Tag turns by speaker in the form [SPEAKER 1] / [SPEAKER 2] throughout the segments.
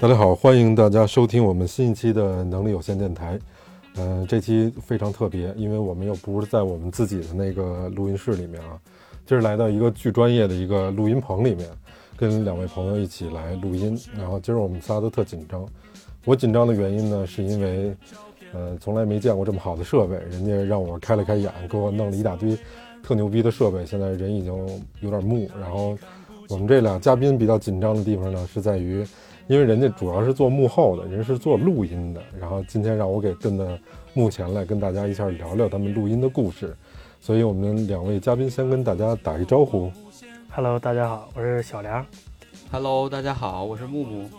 [SPEAKER 1] 家好，欢迎大家收听我们新一期的能力有限电台。嗯、这期非常特别，因为我们又不是在我们自己的那个录音室里面啊，今儿来到一个巨专业的一个录音棚里面，跟两位朋友一起来录音。然后今儿我们仨都特紧张，我紧张的原因呢，是因为呃从来没见过这么好的设备，人家让我开了开眼，给我弄了一大堆特牛逼的设备，现在人已经有点木。然后我们这俩嘉宾比较紧张的地方呢，是在于。因为人家主要是做幕后的，人是做录音的。然后今天让我给跟到幕前来跟大家一下聊聊他们录音的故事，所以我们两位嘉宾先跟大家打一招呼。
[SPEAKER 2] Hello，大家好，我是小梁。
[SPEAKER 3] Hello，大家好，我是木木。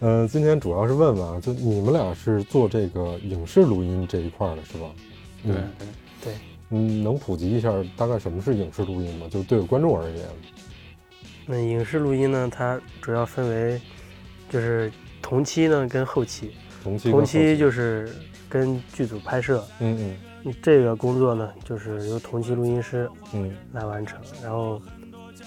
[SPEAKER 1] 嗯、今天主要是问问啊，就你们俩是做这个影视录音这一块儿的是吧？
[SPEAKER 3] 对
[SPEAKER 1] 嗯
[SPEAKER 3] 对，
[SPEAKER 1] 嗯，能普及一下大概什么是影视录音吗？就对观众而言，
[SPEAKER 2] 那影视录音呢，它主要分为就是同期呢跟后期，
[SPEAKER 1] 同期跟
[SPEAKER 2] 同
[SPEAKER 1] 后
[SPEAKER 2] 期
[SPEAKER 1] 期
[SPEAKER 2] 就是跟剧组拍摄，
[SPEAKER 1] 嗯嗯
[SPEAKER 2] 这个工作呢就是由同期录音师
[SPEAKER 1] 嗯
[SPEAKER 2] 来完成，然后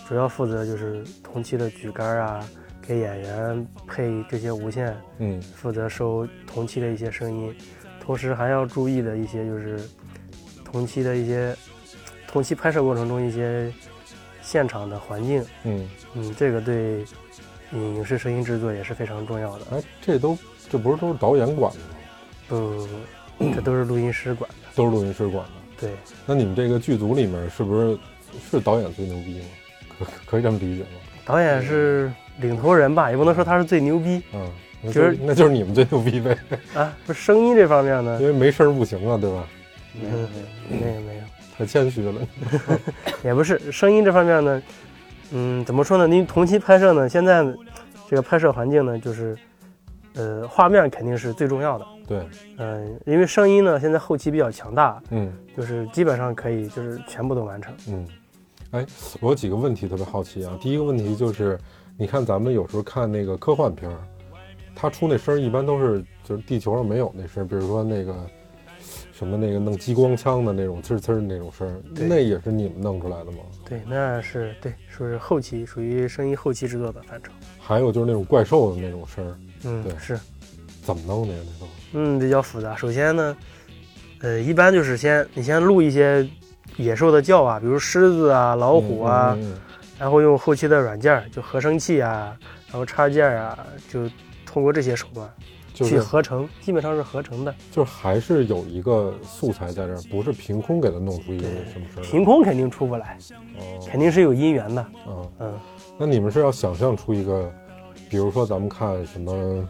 [SPEAKER 2] 主要负责就是同期的举杆啊，给演员配这些无线，
[SPEAKER 1] 嗯
[SPEAKER 2] 负责收同期的一些声音，同时还要注意的一些就是同期的一些同期拍摄过程中一些现场的环境，
[SPEAKER 1] 嗯，
[SPEAKER 2] 嗯，这个对嗯影视声音制作也是非常重要的。
[SPEAKER 1] 哎，这都这不是都是导演管的吗？
[SPEAKER 2] 不不不，这都是录音师管的。
[SPEAKER 1] 都是录音师管的。
[SPEAKER 2] 对，
[SPEAKER 1] 那你们这个剧组里面是不是是导演最牛逼吗？可可以这么理解吗？
[SPEAKER 2] 导演是领头人吧，也不能说他是最牛逼
[SPEAKER 1] 嗯，那
[SPEAKER 2] 就是
[SPEAKER 1] 那就是你们最牛逼呗，
[SPEAKER 2] 啊。不是声音这方面呢
[SPEAKER 1] 因，为没声儿不行啊，对吧？
[SPEAKER 3] 没有没有，
[SPEAKER 2] 那个没有，
[SPEAKER 1] 太谦虚了。
[SPEAKER 2] 也不是声音这方面呢，嗯，怎么说呢？因为同期拍摄呢，现在这个拍摄环境呢，就是呃，画面肯定是最重要的。
[SPEAKER 1] 对，
[SPEAKER 2] 嗯、因为声音呢，现在后期比较强大，
[SPEAKER 1] 嗯
[SPEAKER 2] 就是基本上可以就是全部都完成。
[SPEAKER 1] 嗯。哎，我有几个问题特别好奇啊。第一个问题就是，你看咱们有时候看那个科幻片儿，它出那声儿一般都是就是地球上没有那声儿，比如说那个什么那个弄激光枪的那种呲儿呲儿的那种声儿，
[SPEAKER 2] 对
[SPEAKER 1] 那也是你们弄出来的吗？
[SPEAKER 2] 对，那是对，属于后期，属于声音后期制作的范畴。
[SPEAKER 1] 还有就是那种怪兽的那种声儿，对
[SPEAKER 2] 嗯，是，
[SPEAKER 1] 怎么弄的呀？那都？
[SPEAKER 2] 嗯，比较复杂。首先呢，呃，一般就是先你先录一些野兽的叫啊，比如狮子啊、老虎啊，
[SPEAKER 1] 嗯嗯嗯嗯
[SPEAKER 2] 然后用后期的软件儿，就合成器啊，然后插件啊，就通过这些手段
[SPEAKER 1] 就
[SPEAKER 2] 去
[SPEAKER 1] 是嗯
[SPEAKER 2] 合成，基本上是合成的。
[SPEAKER 1] 就是还是有一个素材在这儿，不是凭空给它弄出一个什么声儿。
[SPEAKER 2] 凭空肯定出不来，
[SPEAKER 1] 哦
[SPEAKER 2] 肯定是有因缘的。
[SPEAKER 1] 啊。
[SPEAKER 2] 嗯，
[SPEAKER 1] 那你们是要想象出一个，比如说咱们看什么，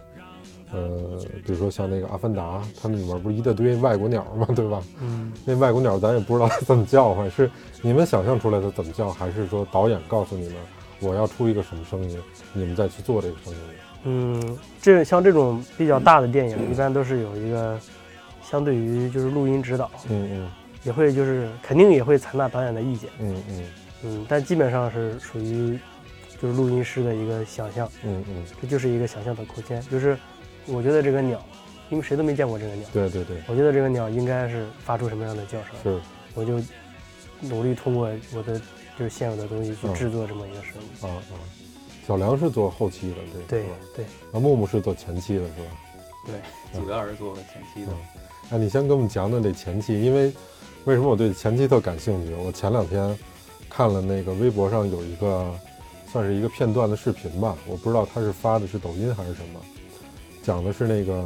[SPEAKER 1] 呃，比如说像那个《阿凡达》，它那里面不是一大堆外国鸟吗？ 对吧？
[SPEAKER 2] 嗯，
[SPEAKER 1] 那外国鸟咱也不知道它怎么叫唤，是你们想象出来的怎么叫，还是说导演告诉你们我要出一个什么声音，你们再去做这个声音？
[SPEAKER 2] 嗯，这像这种比较大的电影，一般都是有一个相对于就是录音指导，
[SPEAKER 1] 嗯嗯
[SPEAKER 2] 也会就是肯定也会采纳导演的意见，
[SPEAKER 1] 嗯嗯
[SPEAKER 2] 嗯，但基本上是属于就是录音师的一个想象，
[SPEAKER 1] 嗯嗯，
[SPEAKER 2] 这就是一个想象的空间。就是我觉得这个鸟，因为谁都没见过这个鸟，
[SPEAKER 1] 对对对，
[SPEAKER 2] 我觉得这个鸟应该是发出什么样的叫声，
[SPEAKER 1] 是。
[SPEAKER 2] 我就努力通过我的就是现有的东西去
[SPEAKER 1] 嗯
[SPEAKER 2] 制作这么一个声音。
[SPEAKER 1] 啊啊，小梁是做后期的，对
[SPEAKER 2] 对
[SPEAKER 3] 嗯
[SPEAKER 1] 是吧
[SPEAKER 2] 对，
[SPEAKER 1] 啊，木木是做前期的，是吧？
[SPEAKER 3] 主要是做前期的。
[SPEAKER 1] 那你先给我们讲讲这前期，因为为什么我对前期特感兴趣？我前两天看了那个微博上有一个算是一个片段的视频吧，我不知道他是发的是抖音还是什么，讲的是那个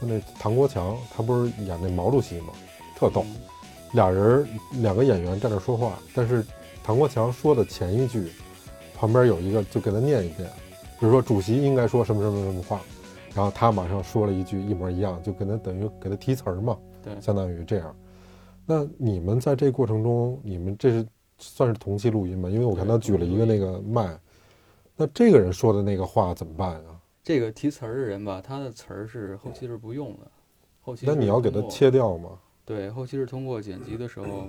[SPEAKER 1] 就那唐国强，他不是演那毛主席吗？特逗，俩人儿两个演员在那说话，但是唐国强说的前一句旁边有一个就给他念一遍，比如说主席应该说什么什么什么话，然后他马上说了一句一模一样，就跟他等于给他提词儿嘛，
[SPEAKER 3] 对
[SPEAKER 1] 相当于这样。那你们在这过程中，你们这是算是同期录音吗？因为我看他举了一个那个麦，那这个人说的那个话怎么办啊？
[SPEAKER 3] 这个提词儿的人吧，他的词儿是后期是不用的，后期
[SPEAKER 1] 那
[SPEAKER 3] 是
[SPEAKER 1] 你要给他
[SPEAKER 3] 通过
[SPEAKER 1] 切掉吗？
[SPEAKER 3] 对，后期是通过剪辑 的时候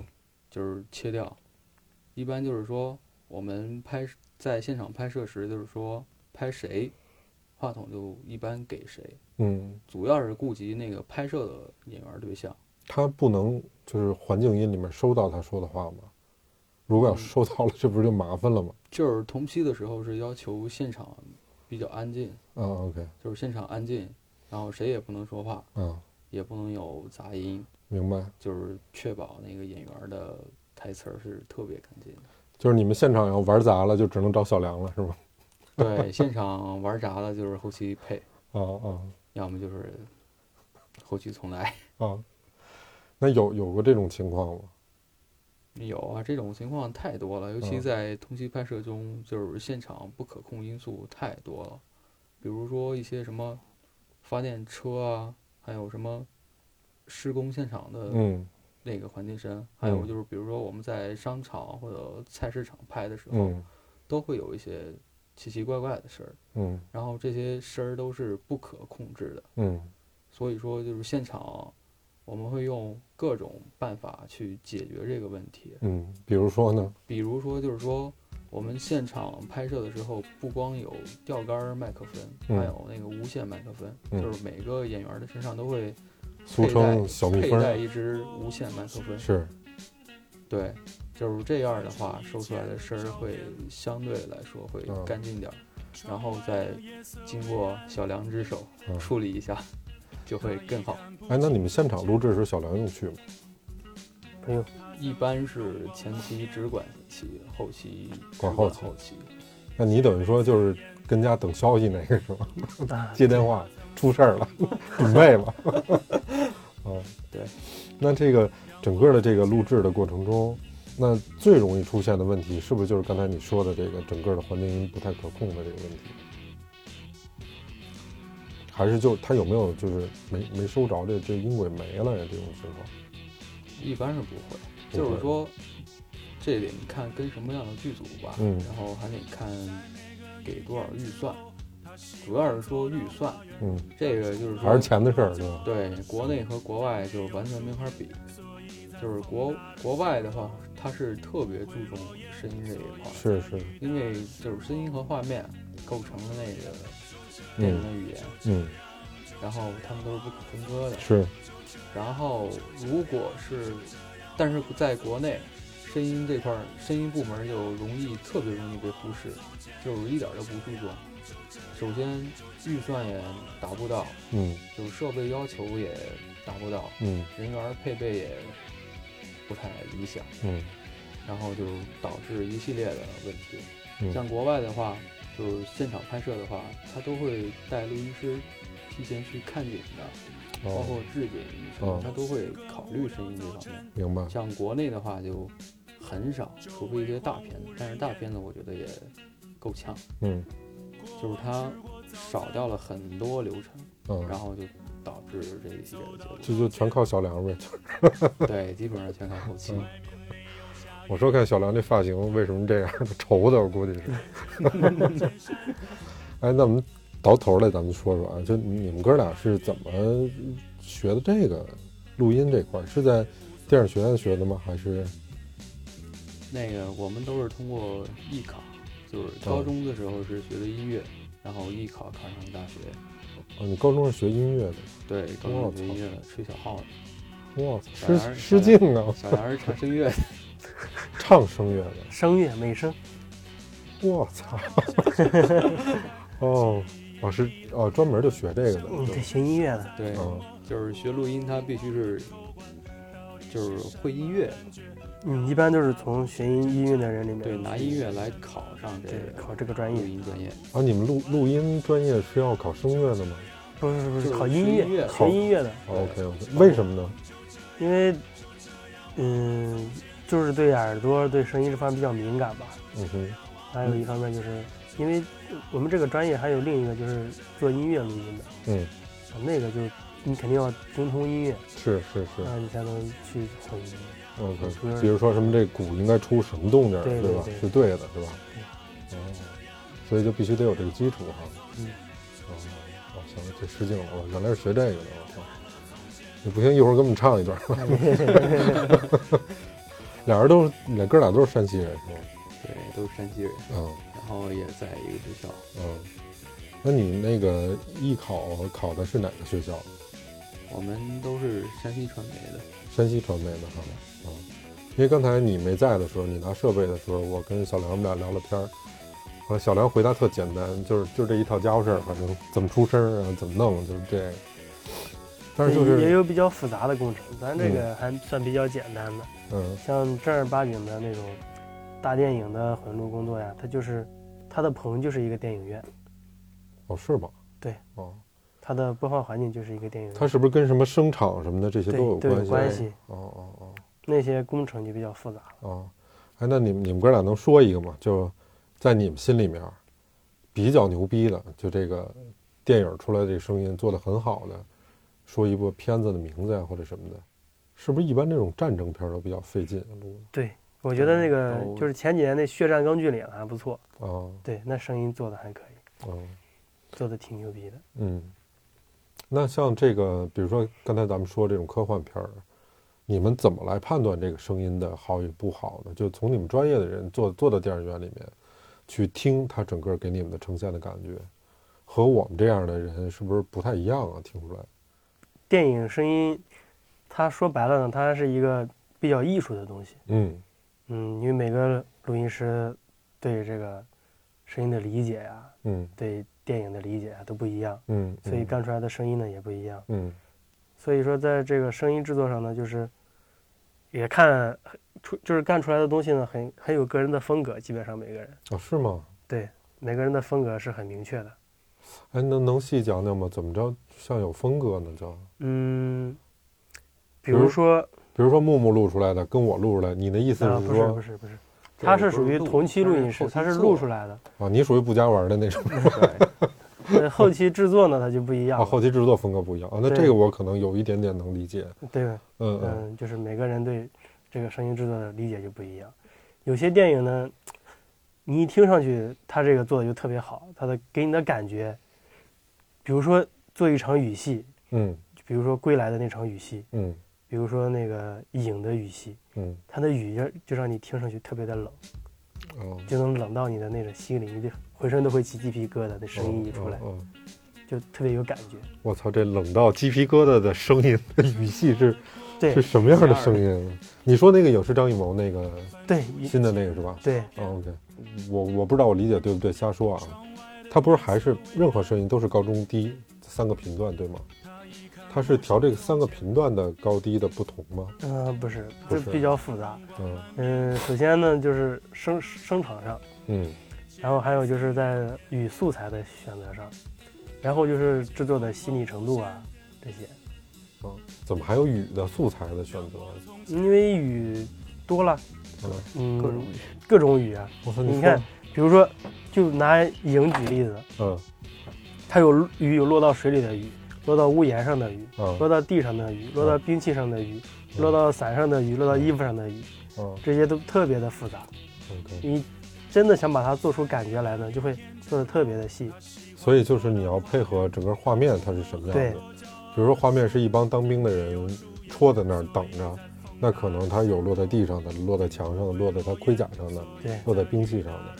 [SPEAKER 3] 就是切掉。一般就是说我们拍摄在现场拍摄时，就是说拍谁，话筒就一般给谁，
[SPEAKER 1] 嗯，
[SPEAKER 3] 主要是顾及那个拍摄的演员对象。
[SPEAKER 1] 他不能就是环境音里面收到他说的话吗？如果要收到了，这不是就麻烦了吗？
[SPEAKER 3] 就是同期的时候是要求现场必比较安静，
[SPEAKER 1] 啊，OK，
[SPEAKER 3] 就是现场安静，然后谁也不能说话，
[SPEAKER 1] 啊，
[SPEAKER 3] 也不能有杂音，
[SPEAKER 1] 明白。
[SPEAKER 3] 就是确保那个演员的台词儿是特别干净的。
[SPEAKER 1] 就是你们现场要玩砸了，就只能找小梁了，是吗？
[SPEAKER 3] 对，现场玩砸了就是后期配，
[SPEAKER 1] 啊啊
[SPEAKER 3] 要么就是后期重来。
[SPEAKER 1] 啊！那有有过这种情况吗？
[SPEAKER 3] 有啊，这种情况太多了，尤其
[SPEAKER 1] 嗯
[SPEAKER 3] 在同期拍摄中，就是现场不可控因素太多了，比如说一些什么发电车啊，还有什么施工现场的
[SPEAKER 1] 嗯
[SPEAKER 3] 那个环境声，还有
[SPEAKER 1] 嗯
[SPEAKER 3] 就是比如说我们在商场或者菜市场拍的时候，
[SPEAKER 1] 嗯
[SPEAKER 3] 都会有一些奇奇怪怪的事儿，
[SPEAKER 1] 嗯
[SPEAKER 3] 然后这些事儿都是不可控制的，
[SPEAKER 1] 嗯
[SPEAKER 3] 所以说就是现场我们会用各种办法去解决这个问题。
[SPEAKER 1] 嗯，比如说呢？
[SPEAKER 3] 比如说，就是说我们现场拍摄的时候，不光有吊杆麦克风，
[SPEAKER 1] 嗯
[SPEAKER 3] 还有那个无线麦克风，
[SPEAKER 1] 嗯
[SPEAKER 3] 就是每个演员的身上都会
[SPEAKER 1] 俗
[SPEAKER 3] 佩戴
[SPEAKER 1] 称小蜜
[SPEAKER 3] 佩
[SPEAKER 1] 蜂
[SPEAKER 3] 戴
[SPEAKER 1] 儿
[SPEAKER 3] 一支无线麦克风。
[SPEAKER 1] 是
[SPEAKER 3] 对，就是这样的话，收出来的声儿会相对来说会
[SPEAKER 1] 嗯
[SPEAKER 3] 干净点儿，然后再经过小梁之手
[SPEAKER 1] 嗯
[SPEAKER 3] 处理一下，就会更好。
[SPEAKER 1] 哎，那你们现场录制时小梁用去吗？
[SPEAKER 2] 不用，
[SPEAKER 3] 一般是前期只管前期，后期只
[SPEAKER 1] 管
[SPEAKER 3] 管
[SPEAKER 1] 后期
[SPEAKER 3] 后期。
[SPEAKER 1] 那你等于说就是跟家等消息那个是吧？
[SPEAKER 3] 嗯
[SPEAKER 2] 啊，
[SPEAKER 1] 接电话出事 儿了，准备吧。嗯，
[SPEAKER 3] 对。
[SPEAKER 1] 那这个整个的这个录制的过程中，那最容易出现的问题，是不是就是刚才你说的这个整个的环境音不太可控的这个问题？还是就它有没有就是没没收着这这音轨没了呀这种情况？
[SPEAKER 3] 一般是不会，
[SPEAKER 1] 不会
[SPEAKER 3] 就是说，这得你看跟什么样的剧组吧，
[SPEAKER 1] 嗯
[SPEAKER 3] 然后还得看给多少预算，主要是说预算，
[SPEAKER 1] 嗯，
[SPEAKER 3] 这个就是说
[SPEAKER 1] 还是钱的事儿，对吧？
[SPEAKER 3] 对国内和国外就完全没法比，就是国国外的话，它是特别注重声音这一块，
[SPEAKER 1] 是是，
[SPEAKER 3] 因为就是声音和画面构成了那个电影
[SPEAKER 1] 嗯
[SPEAKER 3] 的语言，
[SPEAKER 1] 嗯
[SPEAKER 3] 然后他们都是不可分割的，
[SPEAKER 1] 是，
[SPEAKER 3] 然后如果是，但是在国内，声音这块儿，声音部门就容易特别容易被忽视，就是一点儿都不注重。首先预算也达不到，
[SPEAKER 1] 嗯
[SPEAKER 3] 就是设备要求也达不到，
[SPEAKER 1] 嗯
[SPEAKER 3] 人员配备也不太理想，
[SPEAKER 1] 嗯
[SPEAKER 3] 然后就导致一系列的问题。
[SPEAKER 1] 嗯
[SPEAKER 3] 像国外的话，就是现场拍摄的话，他都会带录音师提前去看景的，包
[SPEAKER 1] 哦，
[SPEAKER 3] 括置景什
[SPEAKER 1] 哦
[SPEAKER 3] 么，他都会考虑声音这方面。
[SPEAKER 1] 明白，
[SPEAKER 3] 像国内的话就很少，除非一些大片子，但是大片子我觉得也够呛，
[SPEAKER 1] 嗯
[SPEAKER 3] 就是它少掉了很多流程，
[SPEAKER 1] 嗯，
[SPEAKER 3] 然后就导致这一系列的结
[SPEAKER 1] 这就全靠小梁呗。
[SPEAKER 3] 果。对，基本上全靠后期。
[SPEAKER 1] 我说看小梁这发型为什么这样， 愁的我估计是。 哎，那我们倒头来，咱们说说啊，就你们哥俩是怎么学的这个录音这块儿？是在电影学院学的吗？还是
[SPEAKER 3] 那个我们都是通过艺考，就是
[SPEAKER 2] 哦
[SPEAKER 3] 高中的时候是学的音乐，然后艺考考上大学，
[SPEAKER 1] 啊？你高中是学音乐的？
[SPEAKER 3] 对，高中学音
[SPEAKER 2] 哦
[SPEAKER 3] 乐的，吹小号的，
[SPEAKER 1] 哇，
[SPEAKER 3] 小
[SPEAKER 1] 失
[SPEAKER 3] 梁儿
[SPEAKER 1] 失敬啊！
[SPEAKER 3] 小杨是唱声乐的，
[SPEAKER 1] 唱声乐的，
[SPEAKER 2] 声乐美声，
[SPEAKER 1] 我操！哦，哦是哦，专门就学这个的，
[SPEAKER 2] 嗯，对，
[SPEAKER 1] 对，
[SPEAKER 2] 学音乐的，
[SPEAKER 3] 对，
[SPEAKER 1] 嗯
[SPEAKER 3] 就是学录音，它必须是就是会音乐，
[SPEAKER 2] 嗯，一般都是从学音音乐的人里面
[SPEAKER 3] 对，拿
[SPEAKER 2] 去
[SPEAKER 3] 音乐嗯来考上这
[SPEAKER 2] 对
[SPEAKER 3] 个
[SPEAKER 2] 考这个专
[SPEAKER 3] 录
[SPEAKER 2] 业，
[SPEAKER 3] 音专业，
[SPEAKER 1] 啊，你们录录音专业是要考声乐的吗
[SPEAKER 2] 不是不
[SPEAKER 3] 就是是
[SPEAKER 2] 考
[SPEAKER 3] 学
[SPEAKER 2] 音
[SPEAKER 3] 音乐
[SPEAKER 2] 乐，
[SPEAKER 3] 考
[SPEAKER 2] 学音乐的，
[SPEAKER 1] ？OK OK，为什么呢？
[SPEAKER 2] 因为嗯，就是对耳朵对声音这方面比较敏感吧。
[SPEAKER 1] 嗯哼。
[SPEAKER 2] 还有一方面就是因为我们这个专业还有另一个就是做音乐录音的，
[SPEAKER 1] 嗯，
[SPEAKER 2] 啊那个就是你肯定要精通音乐，
[SPEAKER 1] 是是是
[SPEAKER 2] 那你才能去混音。
[SPEAKER 1] ，OK。
[SPEAKER 2] 是
[SPEAKER 1] 比如说什么这鼓应该出什么动静儿，
[SPEAKER 2] 对
[SPEAKER 1] 对
[SPEAKER 2] 对
[SPEAKER 1] 吧？
[SPEAKER 2] 对
[SPEAKER 1] 是对的，是吧？哦，所以就必须得有这个基础哈。
[SPEAKER 2] 嗯
[SPEAKER 1] 哦，哦，行了，这失敬了，我原来是学这个的，我操！你不行，一会儿给我们唱一段。俩人都是，你俩哥俩都是山西人是吧？
[SPEAKER 3] 对，都是山西人，
[SPEAKER 1] 嗯
[SPEAKER 3] 然后也在一个学校，
[SPEAKER 1] 嗯。那你那个艺考考的是哪个学校？
[SPEAKER 3] 我们都是山西传媒的，
[SPEAKER 1] 山西传媒的哈，啊、因为刚才你没在的时候，你拿设备的时候，我跟小梁我们俩聊了天儿，啊，小梁回答特简单，就是就这一套家伙事儿，反正怎么出声儿啊，怎么弄，就是这个。但是就
[SPEAKER 2] 嗯也
[SPEAKER 1] 是
[SPEAKER 2] 有比较复杂的工程，咱这个还算比较简单的。
[SPEAKER 1] 嗯
[SPEAKER 2] 像正儿八经的那种大电影的混录工作呀，它就是它的棚就是一个电影院，
[SPEAKER 1] 哦是吧？
[SPEAKER 2] 对
[SPEAKER 1] 哦，
[SPEAKER 2] 它的播放环境就是一个电影院。
[SPEAKER 1] 它是不是跟什么声场什么的这些
[SPEAKER 2] 对
[SPEAKER 1] 都有
[SPEAKER 2] 都有
[SPEAKER 1] 关系？
[SPEAKER 2] 关系，
[SPEAKER 1] 哦哦哦
[SPEAKER 2] 那些工程就比较复杂了。
[SPEAKER 1] 哦，哎，那你们你们哥俩能说一个吗？就在你们心里面比较牛逼的，就这个电影出来这声音做的很好的，说一部片子的名字呀、或者什么的，是不是一般这种战争片儿都比较费劲录
[SPEAKER 2] 对，我觉得那个
[SPEAKER 3] 哦
[SPEAKER 2] 就是前几年那《血战钢锯岭》还不错，
[SPEAKER 1] 的？啊
[SPEAKER 2] 对，那声音做的还可以，
[SPEAKER 1] 啊
[SPEAKER 2] 做的挺牛逼的。
[SPEAKER 1] 嗯，那像这个，比如说刚才咱们说这种科幻片儿，你们怎么来判断这个声音的好与不好呢？就从你们专业的人坐坐到电影院里面去听它整个给你们的呈现的感觉，和我们这样的人是不是不太一样啊？听出来？
[SPEAKER 2] 电影声音，它说白了呢，它是一个比较艺术的东西。
[SPEAKER 1] 嗯
[SPEAKER 2] 嗯，因为每个录音师对这个声音的理解呀、
[SPEAKER 1] 嗯
[SPEAKER 2] 对电影的理解啊都不一样，
[SPEAKER 1] 嗯，
[SPEAKER 2] 所以
[SPEAKER 1] 嗯
[SPEAKER 2] 干出来的声音呢也不一样。
[SPEAKER 1] 嗯
[SPEAKER 2] 所以说，在这个声音制作上呢，就是也看出就是干出来的东西呢，很很有个人的风格，基本上每个人
[SPEAKER 1] 啊是吗？
[SPEAKER 2] 对每个人的风格是很明确的。
[SPEAKER 1] 哎，能能细讲讲吗？怎么着像有风格呢？就
[SPEAKER 2] 嗯，
[SPEAKER 1] 比
[SPEAKER 2] 比
[SPEAKER 1] 如
[SPEAKER 2] 如说
[SPEAKER 1] 比如说木木录出来的跟我录出来，你的意思
[SPEAKER 2] 啊，
[SPEAKER 1] 是
[SPEAKER 2] 不是
[SPEAKER 1] 说
[SPEAKER 2] 不是不是，它是属于同期录音室，它是录出
[SPEAKER 3] 来
[SPEAKER 2] 来的。
[SPEAKER 1] 啊你属于不加玩的那种？
[SPEAKER 3] 的。
[SPEAKER 2] 呃后期制作呢，它就不一样
[SPEAKER 1] 啊，后
[SPEAKER 2] 了。
[SPEAKER 1] 期制作风格不一样啊，那
[SPEAKER 2] 对
[SPEAKER 1] 这个我可能有一点点能理解。
[SPEAKER 2] 对，
[SPEAKER 1] 嗯嗯
[SPEAKER 2] 嗯，就是每个人对这个声音制作的理解就不一样。有些电影呢，你一听上去，它这个做的就特别好，它的给你的感觉，比如说做一场雨戏，
[SPEAKER 1] 嗯
[SPEAKER 2] 比如说归来的那场雨戏，
[SPEAKER 1] 嗯
[SPEAKER 2] 比如说那个影的雨戏，
[SPEAKER 1] 嗯
[SPEAKER 2] 它的雨就就让你听上去特别的冷，
[SPEAKER 1] 哦，
[SPEAKER 2] 就能冷到你的那种心里，你的浑身都会起鸡皮疙瘩，那声音一出来
[SPEAKER 1] 哦，哦
[SPEAKER 2] 就特别有感觉。
[SPEAKER 1] 哦我操，这冷到鸡皮疙瘩的声音 语系是
[SPEAKER 2] 对
[SPEAKER 1] 是什么样的声音？啊你说那个影视张艺谋那个
[SPEAKER 2] 对一
[SPEAKER 1] 新的那个是吧？
[SPEAKER 2] 对
[SPEAKER 1] 哦，OK，我我不知道我理解对不对，瞎说啊。它不是还是任何声音都是高中低三个频段对吗？它是调这个三个频段的高低的不同吗？
[SPEAKER 2] 嗯、不是，
[SPEAKER 1] 不
[SPEAKER 2] 这
[SPEAKER 1] 是
[SPEAKER 2] 比较复杂。
[SPEAKER 1] 嗯
[SPEAKER 2] 嗯，首先呢，就是声声场上，
[SPEAKER 1] 嗯
[SPEAKER 2] 然后还有就是在与素材的选择上，然后就是制作的细腻程度啊这些。
[SPEAKER 1] 哦，怎么还有雨的素材的选择？
[SPEAKER 2] 因为雨多了，
[SPEAKER 1] 嗯，
[SPEAKER 2] 嗯，
[SPEAKER 3] 各种语
[SPEAKER 2] 各种雨啊，
[SPEAKER 1] 我操，
[SPEAKER 2] 你
[SPEAKER 1] 说
[SPEAKER 2] 看，比如说，就拿影举例子，
[SPEAKER 1] 嗯
[SPEAKER 2] 它有雨有落到水里的雨，落到屋檐上的雨，
[SPEAKER 1] 嗯
[SPEAKER 2] 落到地上的雨，落到兵器上的雨，
[SPEAKER 1] 嗯
[SPEAKER 2] 落到伞上的雨，落到衣服上的雨，
[SPEAKER 1] 嗯
[SPEAKER 2] 这些都特别的复杂。
[SPEAKER 1] ，OK。
[SPEAKER 2] 你真的想把它做出感觉来呢，就会做的特别的细。
[SPEAKER 1] 所以就是你要配合整个画面它是什么样的。
[SPEAKER 2] 对
[SPEAKER 1] 比如说画面是一帮当兵的人戳在那儿等着，那可能他有落在地上的，落在墙上的，落在他盔甲上的，
[SPEAKER 2] 对
[SPEAKER 1] 落在兵器上的。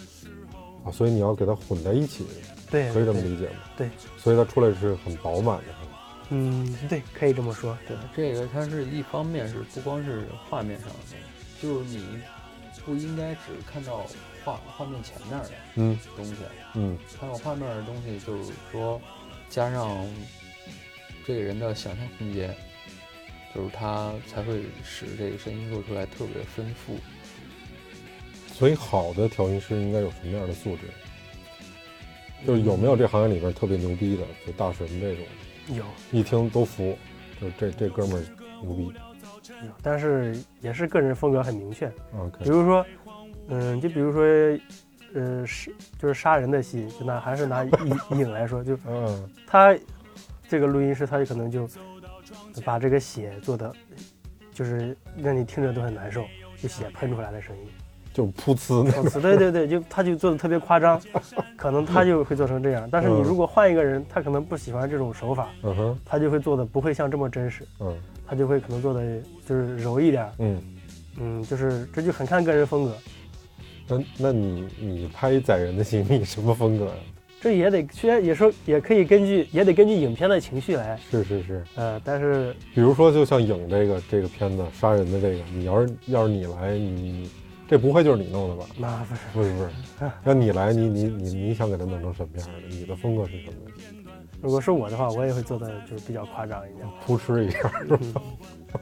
[SPEAKER 1] 啊，所以你要给它混在一起，
[SPEAKER 2] 对，
[SPEAKER 1] 可以这么
[SPEAKER 2] 对
[SPEAKER 1] 理解吗？
[SPEAKER 2] 对，
[SPEAKER 1] 所以它出来是很饱满的，是吧
[SPEAKER 2] 嗯，对，可以这么说。
[SPEAKER 3] 对，这个它是一方面是不光是画面上的东西，就是你不应该只看到画画面前面的
[SPEAKER 1] 嗯
[SPEAKER 3] 东西，
[SPEAKER 1] 嗯
[SPEAKER 3] 看到画面的东西就是说加上这个人的想象空间，就是他才会使这个声音做出来特别丰富。
[SPEAKER 1] 所以好的调音师应该有什么样的素质？就是有没有这行业里边特别牛逼的，就大神这种，
[SPEAKER 2] 有
[SPEAKER 1] 一听都服，就是这这哥们儿牛逼。
[SPEAKER 2] 有，但是也是个人风格很明确。比
[SPEAKER 1] OK，
[SPEAKER 2] 如说，嗯，就比如说，呃，是就是杀人的戏，就拿还 是拿影影来说，就
[SPEAKER 1] 嗯
[SPEAKER 2] 他这个录音师，他就可能就把这个血做的，就是让你听着都很难受，就血喷出来的声音。
[SPEAKER 1] 就是噗呲那
[SPEAKER 2] 哦对对对，就他就做的特别夸张，可能他就会做成这样。但是你
[SPEAKER 1] 嗯
[SPEAKER 2] 如果换一个人，他可能不喜欢这种手法，
[SPEAKER 1] 嗯哼，
[SPEAKER 2] 他就会做的不会像这么真实，
[SPEAKER 1] 嗯
[SPEAKER 2] 他就会可能做的就是柔一点儿。
[SPEAKER 1] 嗯，
[SPEAKER 2] 嗯，就是这就很看个人风格。
[SPEAKER 1] 那那你你拍宰人的戏，你什么风格呀、
[SPEAKER 2] 这也得虽然也说也可以根据也得根据影片的情绪来，
[SPEAKER 1] 是是是，
[SPEAKER 2] 呃，但是
[SPEAKER 1] 比如说就像影这个这个片子杀人的这个，你要是要是你来，你你这不会就是你弄的吧？
[SPEAKER 2] 那不是
[SPEAKER 1] 不是不 是，要你来，你你你你想给它弄成什么样的？你的风格是什么样？
[SPEAKER 2] 如果是我的话，我也会做的就是比较夸张一点，
[SPEAKER 1] 扑哧一下，
[SPEAKER 2] 嗯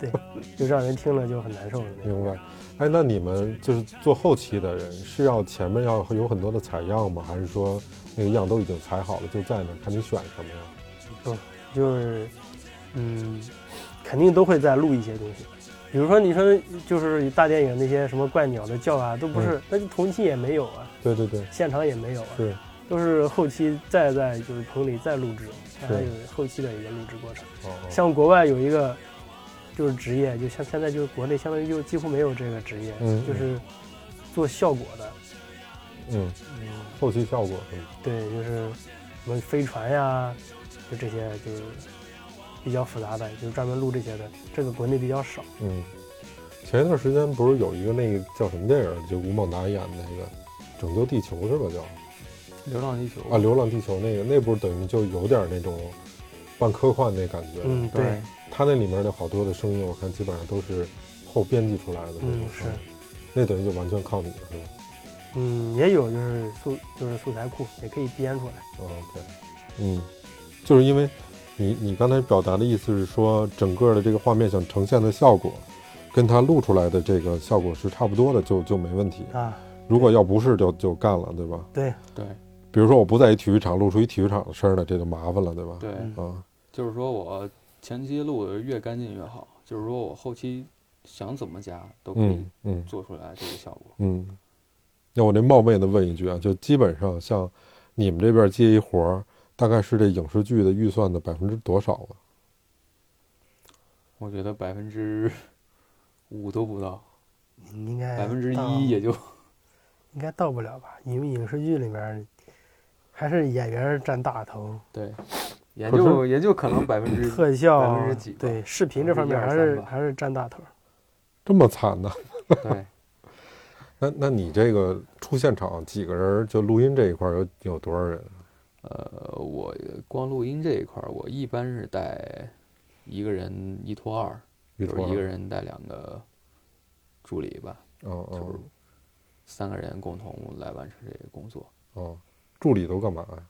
[SPEAKER 2] 对，就让人听了就很难受的那种。
[SPEAKER 1] 明白？哎，那你们就是做后期的人，是要前面要有很多的采样吗？还是说那个样都已经采好了就在那儿，看你选什么呀？
[SPEAKER 2] 就是，嗯，肯定都会再录一些东西，比如说你说就是大电影那些什么怪鸟的叫啊，都不是，那就同期也没有啊，
[SPEAKER 1] 对对对，
[SPEAKER 2] 现场也没有啊，
[SPEAKER 1] 嗯是
[SPEAKER 2] 都是后期再在就是棚里再录制，它还
[SPEAKER 1] 是
[SPEAKER 2] 有后期的一个录制过程。
[SPEAKER 1] 哦哦，
[SPEAKER 2] 像国外有一个就是职业，就像现在就是国内相当于就几乎没有这个职业，
[SPEAKER 1] 嗯
[SPEAKER 2] 就是做效果的，
[SPEAKER 1] 嗯，
[SPEAKER 2] 嗯，
[SPEAKER 1] 后期效果是吗？
[SPEAKER 2] 对，就是什么飞船呀，就这些就是比较复杂的，就是专门录这些的，这个国内比较少。
[SPEAKER 1] 嗯，前一段时间不是有一个那个叫什么电影，就吴孟达演的那个《拯救地球》是吧？叫
[SPEAKER 3] 流浪地球
[SPEAKER 1] 啊，《流浪地球》那个，那不是等于就有点那种半科幻那感觉？
[SPEAKER 2] 嗯，
[SPEAKER 3] 对
[SPEAKER 2] 对，
[SPEAKER 1] 它那里面的好多的声音，我看基本上都是后编辑出来的那种
[SPEAKER 2] 嗯
[SPEAKER 1] 声音，那等于就完全靠你了是吧？
[SPEAKER 2] 嗯，也有就是素就是素材库也可以编出来。
[SPEAKER 1] 哦 OK，嗯，就是因为你你刚才表达的意思是说，整个的这个画面想呈现的效果，跟它录出来的这个效果是差不多的，就就没问题。
[SPEAKER 2] 啊，
[SPEAKER 1] 如果要不是就就干了，对吧？
[SPEAKER 2] 对，
[SPEAKER 3] 对
[SPEAKER 1] 比如说我不在一体育场录出一体育场的声儿来，这就麻烦了，对吧？
[SPEAKER 3] 对，
[SPEAKER 2] 嗯
[SPEAKER 1] 啊，
[SPEAKER 3] 就是说我前期录的越干净越好，就是说我后期想怎么加都可以
[SPEAKER 1] 嗯嗯
[SPEAKER 3] 做出来这个效果。
[SPEAKER 1] 嗯。那我这冒昧的问一句啊，就基本上像你们这边接一活儿，大概是这影视剧的预算的百分之多少啊？
[SPEAKER 3] 我觉得百分之五都不到，
[SPEAKER 2] 你应该
[SPEAKER 3] 百分
[SPEAKER 1] 哎
[SPEAKER 3] 之
[SPEAKER 2] 到
[SPEAKER 3] 一也就
[SPEAKER 2] 应该到不了吧？因为影视剧里面还是演员占大头，
[SPEAKER 3] 对，也
[SPEAKER 1] 可是
[SPEAKER 3] 就也就可能 百分之
[SPEAKER 2] 特效啊
[SPEAKER 3] 百分之几吧
[SPEAKER 2] 对视频这方面
[SPEAKER 3] 百
[SPEAKER 2] 还
[SPEAKER 3] 分之一二
[SPEAKER 2] 是
[SPEAKER 3] 三吧
[SPEAKER 2] 还是占大头。
[SPEAKER 1] 这么惨 呢、
[SPEAKER 3] 对，
[SPEAKER 1] 那那你这个出现场几个人儿，就录音这一块儿有有多少人？
[SPEAKER 3] 呃，我光录音这一块儿，我一般是带一个人一拖二，
[SPEAKER 1] 一
[SPEAKER 3] 就是一个人带两个助理吧，
[SPEAKER 1] 哦
[SPEAKER 3] 就是
[SPEAKER 1] 哦
[SPEAKER 3] 三个人共同来完成这个工作。
[SPEAKER 1] 哦，助理都干嘛呀？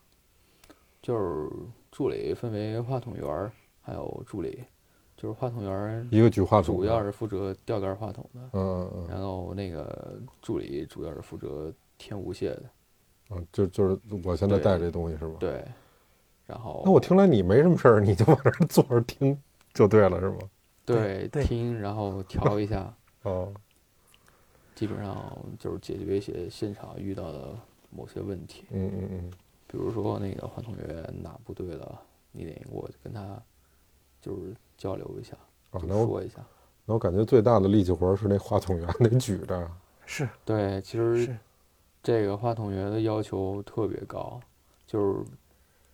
[SPEAKER 3] 就是助理分为话筒员儿，还有助理，就是话筒员儿
[SPEAKER 1] 一个举话筒的，
[SPEAKER 3] 主要是负责吊杆话筒的，
[SPEAKER 1] 嗯嗯嗯
[SPEAKER 3] 然后那个助理主要是负责添无线的，
[SPEAKER 1] 嗯，就就是我现在
[SPEAKER 3] 对
[SPEAKER 1] 带这东西是吧？。
[SPEAKER 3] 对。然后
[SPEAKER 1] 哦那我听来你没什么事儿，你就往那儿坐着听就对了是吗？
[SPEAKER 3] 对
[SPEAKER 2] 对
[SPEAKER 3] 听，然后调一下，
[SPEAKER 1] 哦
[SPEAKER 3] 基本上就是解决一些现场遇到的某些问题，
[SPEAKER 1] 嗯嗯嗯
[SPEAKER 3] 比如说那个话筒员哪不对了，你得我跟他就是交流一下，
[SPEAKER 1] 啊，
[SPEAKER 3] 就
[SPEAKER 1] 那我
[SPEAKER 3] 说一下。
[SPEAKER 1] 那我感觉最大的力气活儿 是那话筒员得举着，
[SPEAKER 2] 是
[SPEAKER 3] 对，其实
[SPEAKER 2] 是，
[SPEAKER 3] 这个话筒员的要求特别高，就是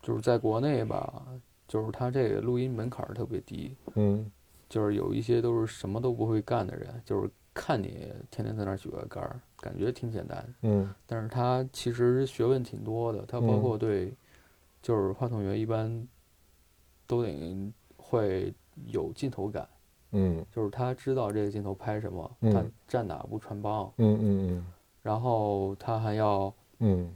[SPEAKER 3] 就是在国内吧，就是他这个录音门槛儿特别低，
[SPEAKER 1] 嗯
[SPEAKER 3] 就是有一些都是什么都不会干的人，就是看你天天在那儿举个杆儿，感觉挺简单，
[SPEAKER 1] 嗯
[SPEAKER 3] 但是他其实学问挺多的，他包
[SPEAKER 1] 嗯
[SPEAKER 3] 括对，就是话筒员一般都得会有镜头感，
[SPEAKER 1] 嗯
[SPEAKER 3] 就是他知道这个镜头拍什么，他
[SPEAKER 1] 嗯
[SPEAKER 3] 站哪不穿帮，
[SPEAKER 1] 嗯嗯
[SPEAKER 3] 然后他还要
[SPEAKER 1] 嗯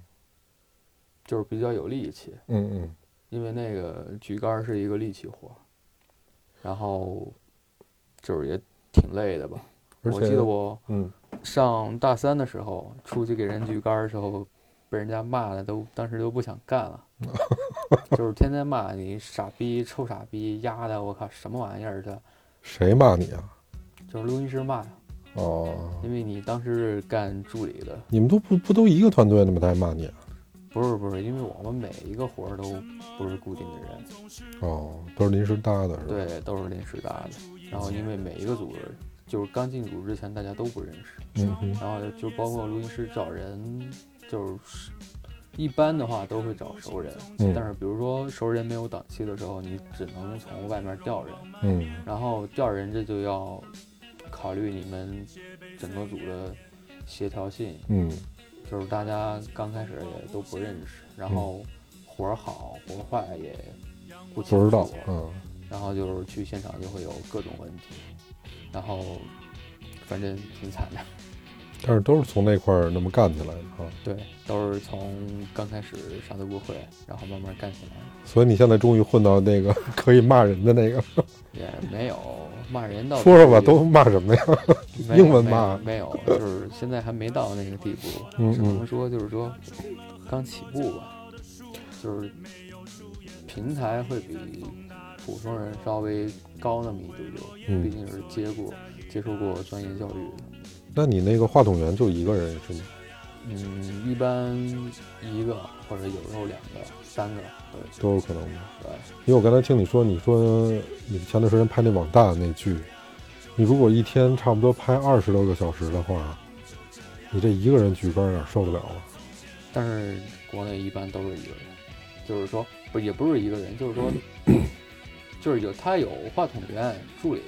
[SPEAKER 3] 就是比较有力气，
[SPEAKER 1] 嗯嗯
[SPEAKER 3] 因为那个举杆儿是一个力气活儿，然后就是也挺累的吧。
[SPEAKER 1] 而
[SPEAKER 3] 我
[SPEAKER 1] 且
[SPEAKER 3] 记得我
[SPEAKER 1] 嗯
[SPEAKER 3] 上大三的时候出去给人举杆儿的时候，被人家骂的都当时都不想干了，就是天天骂你傻逼、臭傻逼、丫的，我靠什么玩意儿的，
[SPEAKER 1] 谁骂你啊？
[SPEAKER 3] 就是录音师骂呀，
[SPEAKER 1] 哦，
[SPEAKER 3] 因为你当时是干助理的，
[SPEAKER 1] 你们都不不都一个团队的吗？他还骂你啊？
[SPEAKER 3] 不是不是，因为我们每一个活儿都不是固定的人，
[SPEAKER 1] 哦，都是临时搭的是吧？
[SPEAKER 3] 对，都是临时搭的。然后因为每一个组就是刚进组之前大家都不认识，
[SPEAKER 1] 嗯哼，
[SPEAKER 3] 然后就包括录音师找人，就是一般的话都会找熟人，
[SPEAKER 1] 嗯
[SPEAKER 3] 但是比如说熟人没有档期的时候，你只能从外面调人，
[SPEAKER 1] 嗯
[SPEAKER 3] 然后调人这就要考虑你们整个组的协调性，
[SPEAKER 1] 嗯
[SPEAKER 3] 就是大家刚开始也都不认识，然
[SPEAKER 1] 嗯
[SPEAKER 3] 后活儿好活儿坏也不清
[SPEAKER 1] 不
[SPEAKER 3] 楚
[SPEAKER 1] 知道，嗯
[SPEAKER 3] 然后就是去现场就会有各种问题，然后反正挺惨的。
[SPEAKER 1] 但是都是从那块儿那么干起来的啊。
[SPEAKER 3] 对，都是从刚开始啥都不会，然后慢慢干起来的，
[SPEAKER 1] 所以你现在终于混到那个 可以骂人的那个，
[SPEAKER 3] 也没有骂人到
[SPEAKER 1] 说说吧，
[SPEAKER 3] 这个
[SPEAKER 1] 都骂什么呀？
[SPEAKER 3] 地步没有
[SPEAKER 1] 英文
[SPEAKER 3] 没有
[SPEAKER 1] 骂
[SPEAKER 3] 没有，就是现在还没到那个地步，
[SPEAKER 1] 嗯
[SPEAKER 3] 只
[SPEAKER 1] 嗯
[SPEAKER 3] 能说就是说刚起步吧，就是平台会比普通人稍微高那么一丢丢，毕
[SPEAKER 1] 嗯。
[SPEAKER 3] 竟是接过接受过专业教育的。
[SPEAKER 1] 那你那个话筒员就一个人是吗？
[SPEAKER 3] 嗯，一般一个或者有时候两个、三个，对
[SPEAKER 1] 都有可能的。
[SPEAKER 3] 对。
[SPEAKER 1] 因为我刚才听你说，你说你前段时间拍那网大那剧，你如果一天差不多拍二十多个小时的话，你这一个人举杆儿哪受得了啊？
[SPEAKER 3] 但是国内一般都是一个人，就是说不也不是一个人，就是 说，就是有他有话筒员助理，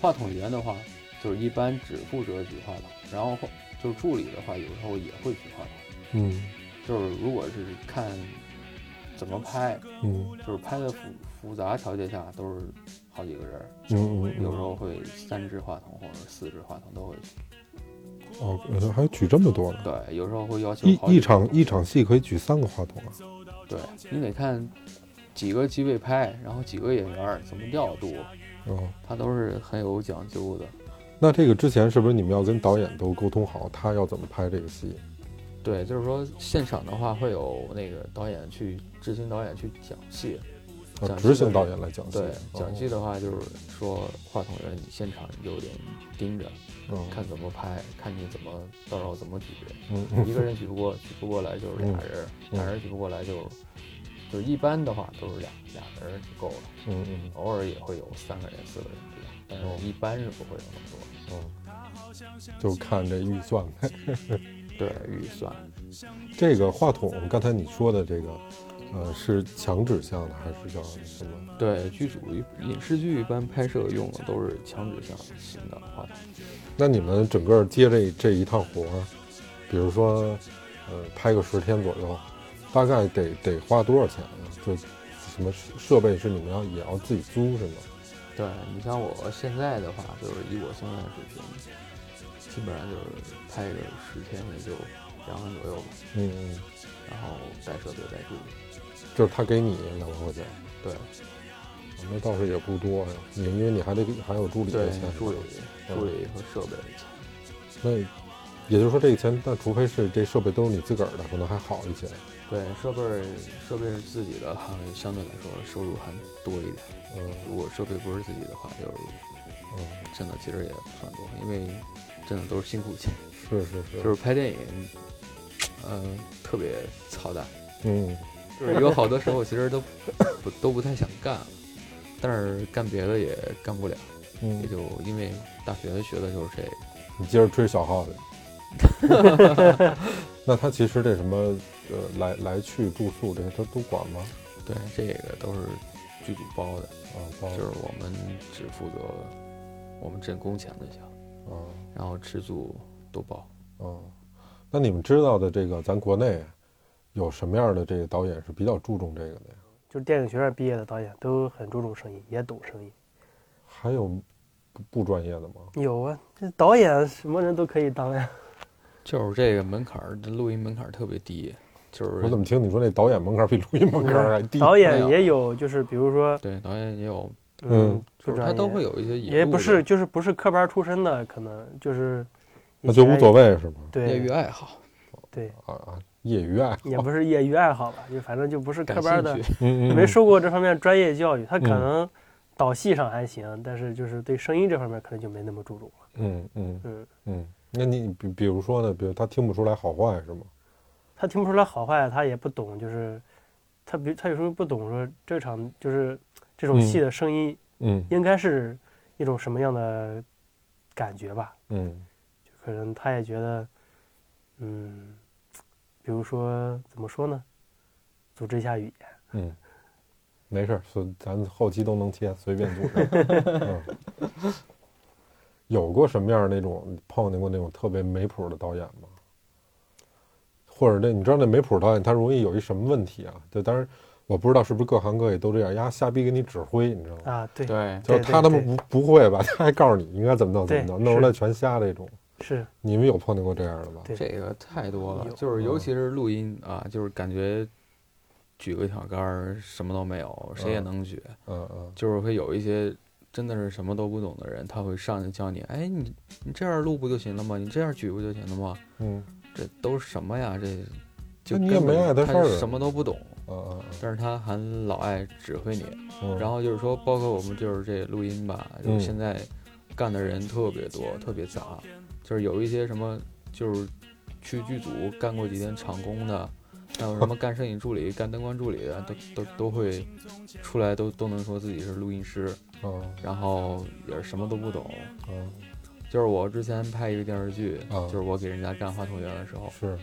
[SPEAKER 3] 话筒员的话就是一般只负责举话筒，然后话就是助理的话有时候也会举话筒，
[SPEAKER 1] 嗯
[SPEAKER 3] 就是如果是看怎么拍，
[SPEAKER 1] 嗯
[SPEAKER 3] 就是拍的复复杂条件下都是好几个人，
[SPEAKER 1] 嗯嗯，
[SPEAKER 3] 有时候会三支话筒或者四支话筒都会，
[SPEAKER 1] 哦，呃还举这么多呢。
[SPEAKER 3] 对，有时候会要求
[SPEAKER 1] 一
[SPEAKER 3] 好几
[SPEAKER 1] 一
[SPEAKER 3] 个
[SPEAKER 1] 场一场戏可以举三个话筒啊！
[SPEAKER 3] 对你得看几个机位拍，然后几个演员儿怎么调度，
[SPEAKER 1] 哦，
[SPEAKER 3] 它都是很有讲究的。
[SPEAKER 1] 那这个之前是不是你们要跟导演都沟通好，他要怎么拍这个戏？
[SPEAKER 3] 对，就是说现场的话会有那个导演去执行导演去讲戏，
[SPEAKER 1] 啊，
[SPEAKER 3] 讲戏
[SPEAKER 1] 执嗯行哦导演来讲戏
[SPEAKER 3] 对，，讲戏
[SPEAKER 1] 的，
[SPEAKER 3] 的话就是说话筒人你现场你就得盯着，
[SPEAKER 1] 哦
[SPEAKER 3] 看怎么拍，看你怎么到时候怎么举，
[SPEAKER 1] 嗯嗯
[SPEAKER 3] 一个人举不过举不过来就是俩人儿，
[SPEAKER 1] 嗯
[SPEAKER 3] 俩人儿举不过来就就是一般的话都是俩俩人儿就够了，
[SPEAKER 1] 嗯嗯
[SPEAKER 3] 偶尔也会有三个人四个人这样，但
[SPEAKER 1] 哦
[SPEAKER 3] 是一般是不会有那么多。
[SPEAKER 1] 嗯，就看这预算呗。
[SPEAKER 3] 对预算，
[SPEAKER 1] 这个话筒，刚才你说的这个，呃，是强指向的还是叫什么？
[SPEAKER 3] 对剧组影视剧一般拍摄用的都是强指向型的话筒。
[SPEAKER 1] 那你们整个接这这一趟活儿，比如说，呃，拍个十天左右，大概得得花多少钱啊？就什么设设备是你们要也要自己租是吗？
[SPEAKER 3] 对你像我现在的话，就是以我现在的水平，基本上就是拍个十天也就两万左右吧，
[SPEAKER 1] 嗯，嗯，
[SPEAKER 3] 然后带设备带助理。
[SPEAKER 1] 就是他给你两万块钱，啊
[SPEAKER 3] 对
[SPEAKER 1] 那倒是也不多呀。你因为你还得给还有助理的钱，
[SPEAKER 3] 助理、
[SPEAKER 1] 嗯
[SPEAKER 3] 助理和设备的钱。
[SPEAKER 1] 那也就是说这个钱，但除非是这设备都是你自个儿的，可能还好一些。
[SPEAKER 3] 对设备设备是自己的，相对来说收入还多一点。
[SPEAKER 1] 嗯
[SPEAKER 3] 如果设备不是自己的话，就是
[SPEAKER 1] 嗯，
[SPEAKER 3] 真的其实也不算多，因为真的都是辛苦钱。
[SPEAKER 1] 是是是，
[SPEAKER 3] 就是拍电影，嗯、特别操蛋，
[SPEAKER 1] 嗯。
[SPEAKER 3] 就是有好多时候其实都 不都不太想干了，但是干别的也干不了，
[SPEAKER 1] 嗯
[SPEAKER 3] 也，就因为大学学的就是这个。
[SPEAKER 1] 你接着吹小号去。那他其实这什么，呃，来来去住宿这些他都管吗？
[SPEAKER 3] 对，这个都是剧组包的，
[SPEAKER 1] 啊，包
[SPEAKER 2] 哦
[SPEAKER 3] 就是我们只负责我们挣工钱那些，
[SPEAKER 1] 啊
[SPEAKER 3] 然后吃住都包。
[SPEAKER 1] 啊。那你们知道的这个，咱国内有什么样的这个导演是比较注重这个的呀？
[SPEAKER 2] 就是电影学院毕业的导演都很注重声音，也懂声音。
[SPEAKER 1] 还有不不专业的吗？
[SPEAKER 2] 有啊，这导演什么人都可以当呀。
[SPEAKER 3] 就是这个门槛儿，这录音门槛儿特别低，就是
[SPEAKER 1] 我怎么听你说那导演门槛比录音门槛还低？
[SPEAKER 2] 导
[SPEAKER 3] 没
[SPEAKER 2] 演
[SPEAKER 3] 有
[SPEAKER 2] 也有，就是比如说，
[SPEAKER 3] 对导演也有，
[SPEAKER 1] 啊嗯，
[SPEAKER 3] 就
[SPEAKER 2] 就是
[SPEAKER 3] 他都会，有一些
[SPEAKER 2] 也
[SPEAKER 3] 引入
[SPEAKER 2] 不是
[SPEAKER 3] 的
[SPEAKER 2] 就是不是科班出身的，可能就是
[SPEAKER 1] 那就无所
[SPEAKER 2] 谓。
[SPEAKER 1] 谓是吗？
[SPEAKER 2] 对
[SPEAKER 3] 业余爱好，
[SPEAKER 2] 对，
[SPEAKER 1] 啊啊，业余爱好，
[SPEAKER 2] 也不是业余爱好吧，就反正就不是科班
[SPEAKER 3] 感兴
[SPEAKER 2] 的
[SPEAKER 3] 趣。。
[SPEAKER 1] 嗯嗯，
[SPEAKER 2] 没受过这方面专业教育，他可
[SPEAKER 1] 嗯
[SPEAKER 2] 能导戏上还行，但是就是对声音这方面可能就没那么注重了。
[SPEAKER 1] 嗯嗯
[SPEAKER 2] 嗯，
[SPEAKER 1] 嗯，那你比比如说呢？比如他听不出来好坏是吗？
[SPEAKER 2] 他听不出来好坏，他也不懂，就是他比他有时候不懂说这场就是这种戏的声音
[SPEAKER 1] 嗯
[SPEAKER 2] 应该是一种什么样的感觉吧？
[SPEAKER 1] 嗯
[SPEAKER 2] 就可能他也觉得，嗯，比如说怎么说呢，组织一下语言，
[SPEAKER 1] 嗯，没事儿，所咱后期都能切，随便组 织。嗯，有过什么样儿那种碰见过那种特别没谱的导演吗？或者那你知道那没谱导演他容易有一什么问题啊？就当然我不知道是不是各行各业都这样，丫瞎逼给你指挥，你知道吗？
[SPEAKER 2] 啊，对，
[SPEAKER 3] 对，
[SPEAKER 1] 就是他他妈不
[SPEAKER 2] 对
[SPEAKER 1] 不会吧，他还告诉你应该怎么弄怎么
[SPEAKER 2] 对
[SPEAKER 1] 弄，弄出
[SPEAKER 2] 是
[SPEAKER 1] 来全瞎这种。
[SPEAKER 2] 是
[SPEAKER 1] 你们有碰见过哦这样的吗？
[SPEAKER 2] 对
[SPEAKER 3] 这个太多了
[SPEAKER 2] 有，
[SPEAKER 3] 就是
[SPEAKER 1] 嗯
[SPEAKER 3] 尤其是录音啊，就是感觉举个挑杆儿什么都没有，谁也
[SPEAKER 1] 嗯
[SPEAKER 3] 能举，
[SPEAKER 1] 嗯嗯，
[SPEAKER 3] 就是会有一些真的是什么都不懂的人，他会上去教你，哎，你你这样录不就行了吗？你这样举不就行了吗？
[SPEAKER 1] 嗯
[SPEAKER 3] 这都是什么呀？这就
[SPEAKER 1] 那你也
[SPEAKER 3] 根本
[SPEAKER 1] 没碍他事儿啊
[SPEAKER 3] 什么都不懂，
[SPEAKER 1] 嗯嗯
[SPEAKER 3] 但是他还老爱指挥你。
[SPEAKER 1] 嗯，
[SPEAKER 3] 然后就是说，包括我们就是这录音吧，就
[SPEAKER 1] 嗯
[SPEAKER 3] 是现在干的人特别多，特别杂，就是有一些什么就是去剧组干过几天场工的，还有什么干摄影助理、干灯光助理的，都都都会出来都都能说自己是录音师，
[SPEAKER 1] 嗯
[SPEAKER 3] 然后也是什么都不懂。
[SPEAKER 1] 嗯
[SPEAKER 3] 就是我之前拍一个电视剧，
[SPEAKER 1] 啊
[SPEAKER 3] 就是我给人家干话筒员的时候，
[SPEAKER 1] 是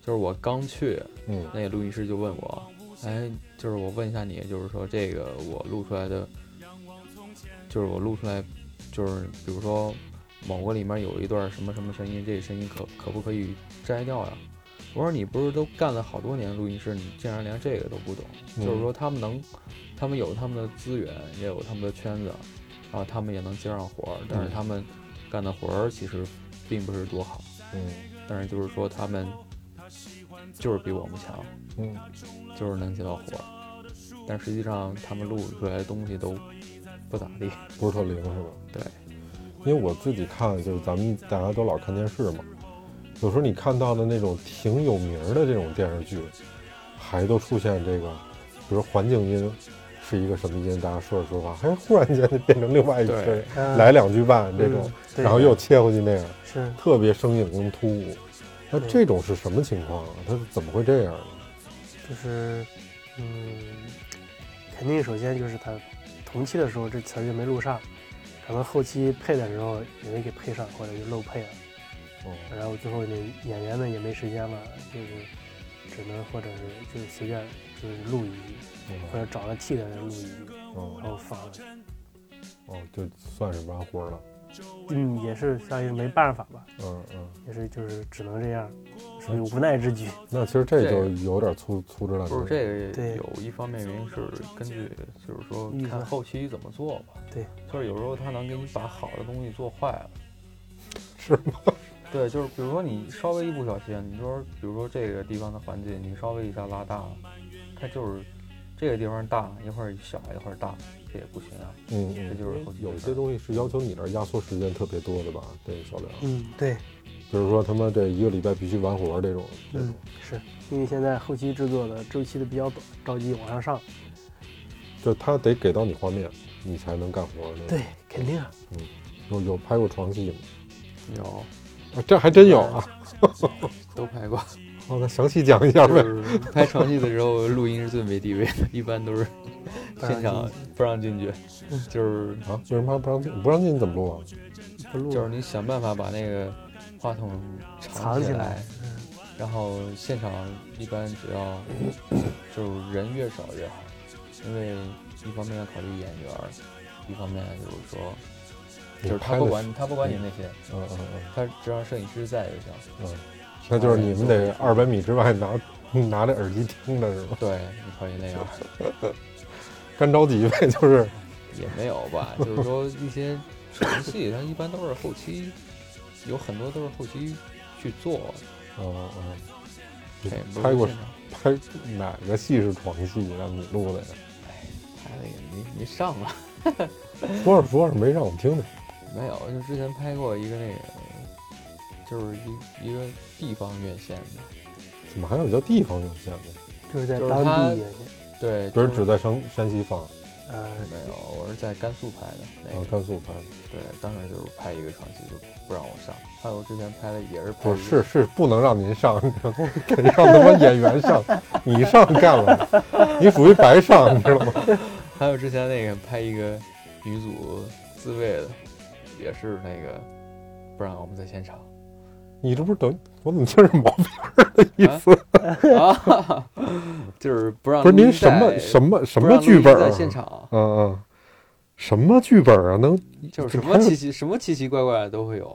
[SPEAKER 3] 就是我刚去，
[SPEAKER 1] 嗯
[SPEAKER 3] 那录音师就问我，哎，就是我问一下你，就是说这个我录出来的，就是我录出来，就是比如说某个里面有一段什么什么声音，这个声音可可不可以摘掉呀？我说你不是都干了好多年录音师，你竟然连这个都不懂？
[SPEAKER 1] 嗯
[SPEAKER 3] 就是说他们能，他们有他们的资源，也有他们的圈子，然后他们也能接上活儿，但是他们干的活儿其实并不是多好，
[SPEAKER 1] 嗯
[SPEAKER 3] 但是就是说他们就是比我们强。
[SPEAKER 1] 嗯
[SPEAKER 3] 就是能接到活儿，但实际上他们录出来的东西都不咋地。
[SPEAKER 1] 不是特灵是吧？
[SPEAKER 3] 对，
[SPEAKER 1] 因为我自己看，就是咱们大家都老看电视嘛，有时候你看到的那种挺有名儿的这种电视剧，还都出现这个，比如环境音是一个什么音，大家说着说着话，哎，忽然间就变成另外一个声音，
[SPEAKER 2] 嗯
[SPEAKER 1] 来两句半这种
[SPEAKER 2] 嗯，对
[SPEAKER 1] 然后又切回去那样，
[SPEAKER 2] 是
[SPEAKER 1] 特别生硬跟突兀。那
[SPEAKER 2] 对
[SPEAKER 1] 这种是什么情况啊？它是怎么会这样呢？
[SPEAKER 2] 就是嗯，肯定首先就是他同期的时候这词儿就没录上，可能后期配的时候也没给配上，或者就漏配了。
[SPEAKER 1] 哦，
[SPEAKER 2] 然后最后那演员们也没时间了，就是只能或者是就是随便就是录一句，或者找个替的人录一句，然
[SPEAKER 1] 哦，
[SPEAKER 2] 后放了。
[SPEAKER 1] 哦，就算是完活儿了。
[SPEAKER 2] 嗯，也是相当于没办法吧，
[SPEAKER 1] 嗯嗯。
[SPEAKER 2] 也是就是只能这样，属于无奈之举。
[SPEAKER 1] 那其实这
[SPEAKER 3] 这
[SPEAKER 1] 就
[SPEAKER 3] 个
[SPEAKER 1] 有点粗粗制滥
[SPEAKER 3] 不
[SPEAKER 1] 竽
[SPEAKER 3] 是。这
[SPEAKER 2] 对
[SPEAKER 3] 个，有一方面原因是根据就是说
[SPEAKER 2] 预算
[SPEAKER 3] 看后期怎么做吧。
[SPEAKER 2] 对，
[SPEAKER 3] 就是有时候他能给你把好的东西做坏了。
[SPEAKER 1] 是
[SPEAKER 3] 吗？对，就是比如说你稍微一不小心，你说比如说这个地方的环境，你稍微一下拉大了，它就是这个地方大一会儿小一会儿大，这也不行啊。
[SPEAKER 1] 嗯
[SPEAKER 3] 这
[SPEAKER 1] 嗯，
[SPEAKER 3] 就是后期
[SPEAKER 1] 有
[SPEAKER 3] 的事
[SPEAKER 1] 些
[SPEAKER 3] 儿
[SPEAKER 1] 东西是要求你那儿压缩时间特别多的吧？这个小梁，
[SPEAKER 2] 嗯，对，
[SPEAKER 1] 比如说他妈这一个礼拜必须完活儿这种，这种
[SPEAKER 2] 嗯，是因为现在后期制作的周期的比较短，着急往上上。
[SPEAKER 1] 就他得给到你画面，你才能干活儿。那种，
[SPEAKER 2] 对，肯定啊，
[SPEAKER 1] 有有拍过床戏吗？
[SPEAKER 3] 有
[SPEAKER 1] 啊，这还真有啊！
[SPEAKER 3] 都拍过，
[SPEAKER 1] 好，那详细讲一下呗。
[SPEAKER 3] 就是拍床戏的时候，录音是最没地位的，一般都是
[SPEAKER 2] 不让
[SPEAKER 3] 现场不让进去，就是
[SPEAKER 1] 啊，为什么不让进？不让进怎么录啊？
[SPEAKER 2] 不录
[SPEAKER 3] 就是
[SPEAKER 2] 了。
[SPEAKER 3] 你想办法把那个话筒
[SPEAKER 2] 藏
[SPEAKER 3] 藏
[SPEAKER 2] 起
[SPEAKER 3] 来
[SPEAKER 2] 来，，嗯，
[SPEAKER 3] 然后现场一般只要就是人越少越好，因为一方面要考虑演员，一方面就是说，就是他不管他不管你那些，
[SPEAKER 1] 你拍的是，嗯嗯嗯
[SPEAKER 3] 他只要摄影师在就行。
[SPEAKER 1] 嗯，那就是你们得二百米之外拿拿着耳机听着是吧？
[SPEAKER 3] 对，你可以那样。
[SPEAKER 1] 干着急呗，就是
[SPEAKER 3] 也没有吧，就是说一些床戏，它一般都是后期，有很多都是后期去做。
[SPEAKER 1] 哦哦，
[SPEAKER 3] 这也不是
[SPEAKER 1] 拍过
[SPEAKER 3] 现场
[SPEAKER 1] 拍哪个戏是床戏让你录的呀？
[SPEAKER 3] 哎拍的也没没上啊，
[SPEAKER 1] 说着说着没让我听听。
[SPEAKER 3] 没有，就之前拍过一个那个，就是一一个地方院线的，
[SPEAKER 1] 怎么还有叫地方院线呢？
[SPEAKER 2] 就是在
[SPEAKER 3] 就是
[SPEAKER 2] 当
[SPEAKER 3] 他
[SPEAKER 2] 地演
[SPEAKER 3] 对，
[SPEAKER 1] 不是
[SPEAKER 3] 就
[SPEAKER 1] 只在山山西放，啊，
[SPEAKER 2] 呃，
[SPEAKER 3] 没有，我是在甘肃拍的那个，
[SPEAKER 1] 哦甘肃拍的。
[SPEAKER 3] 对，当时就是拍一个床戏就不让我上，还有之前拍的也是拍
[SPEAKER 1] 不
[SPEAKER 3] 一
[SPEAKER 1] 哦是
[SPEAKER 3] 个
[SPEAKER 1] 是不能让您上， 给让他妈演员上，你上干了，你属于白上，你知道吗？
[SPEAKER 3] 还有之前那个拍一个女组自慰的，也是那个不让我们在 现场。
[SPEAKER 1] 你这不是等于我怎么听着毛片儿的意思？
[SPEAKER 3] 啊，就是不让
[SPEAKER 1] 不是您
[SPEAKER 3] 录音
[SPEAKER 1] 什么
[SPEAKER 3] 带
[SPEAKER 1] 什么什
[SPEAKER 3] 不
[SPEAKER 1] 么
[SPEAKER 3] 让录
[SPEAKER 1] 剧
[SPEAKER 3] 音
[SPEAKER 1] 本、
[SPEAKER 3] 在
[SPEAKER 1] 啊？
[SPEAKER 3] 现场
[SPEAKER 1] 嗯嗯，什么剧本啊？能
[SPEAKER 3] 就
[SPEAKER 1] 怎
[SPEAKER 3] 是什
[SPEAKER 1] 么
[SPEAKER 3] 么
[SPEAKER 1] 还有
[SPEAKER 3] 奇奇什么奇奇怪怪的都会有，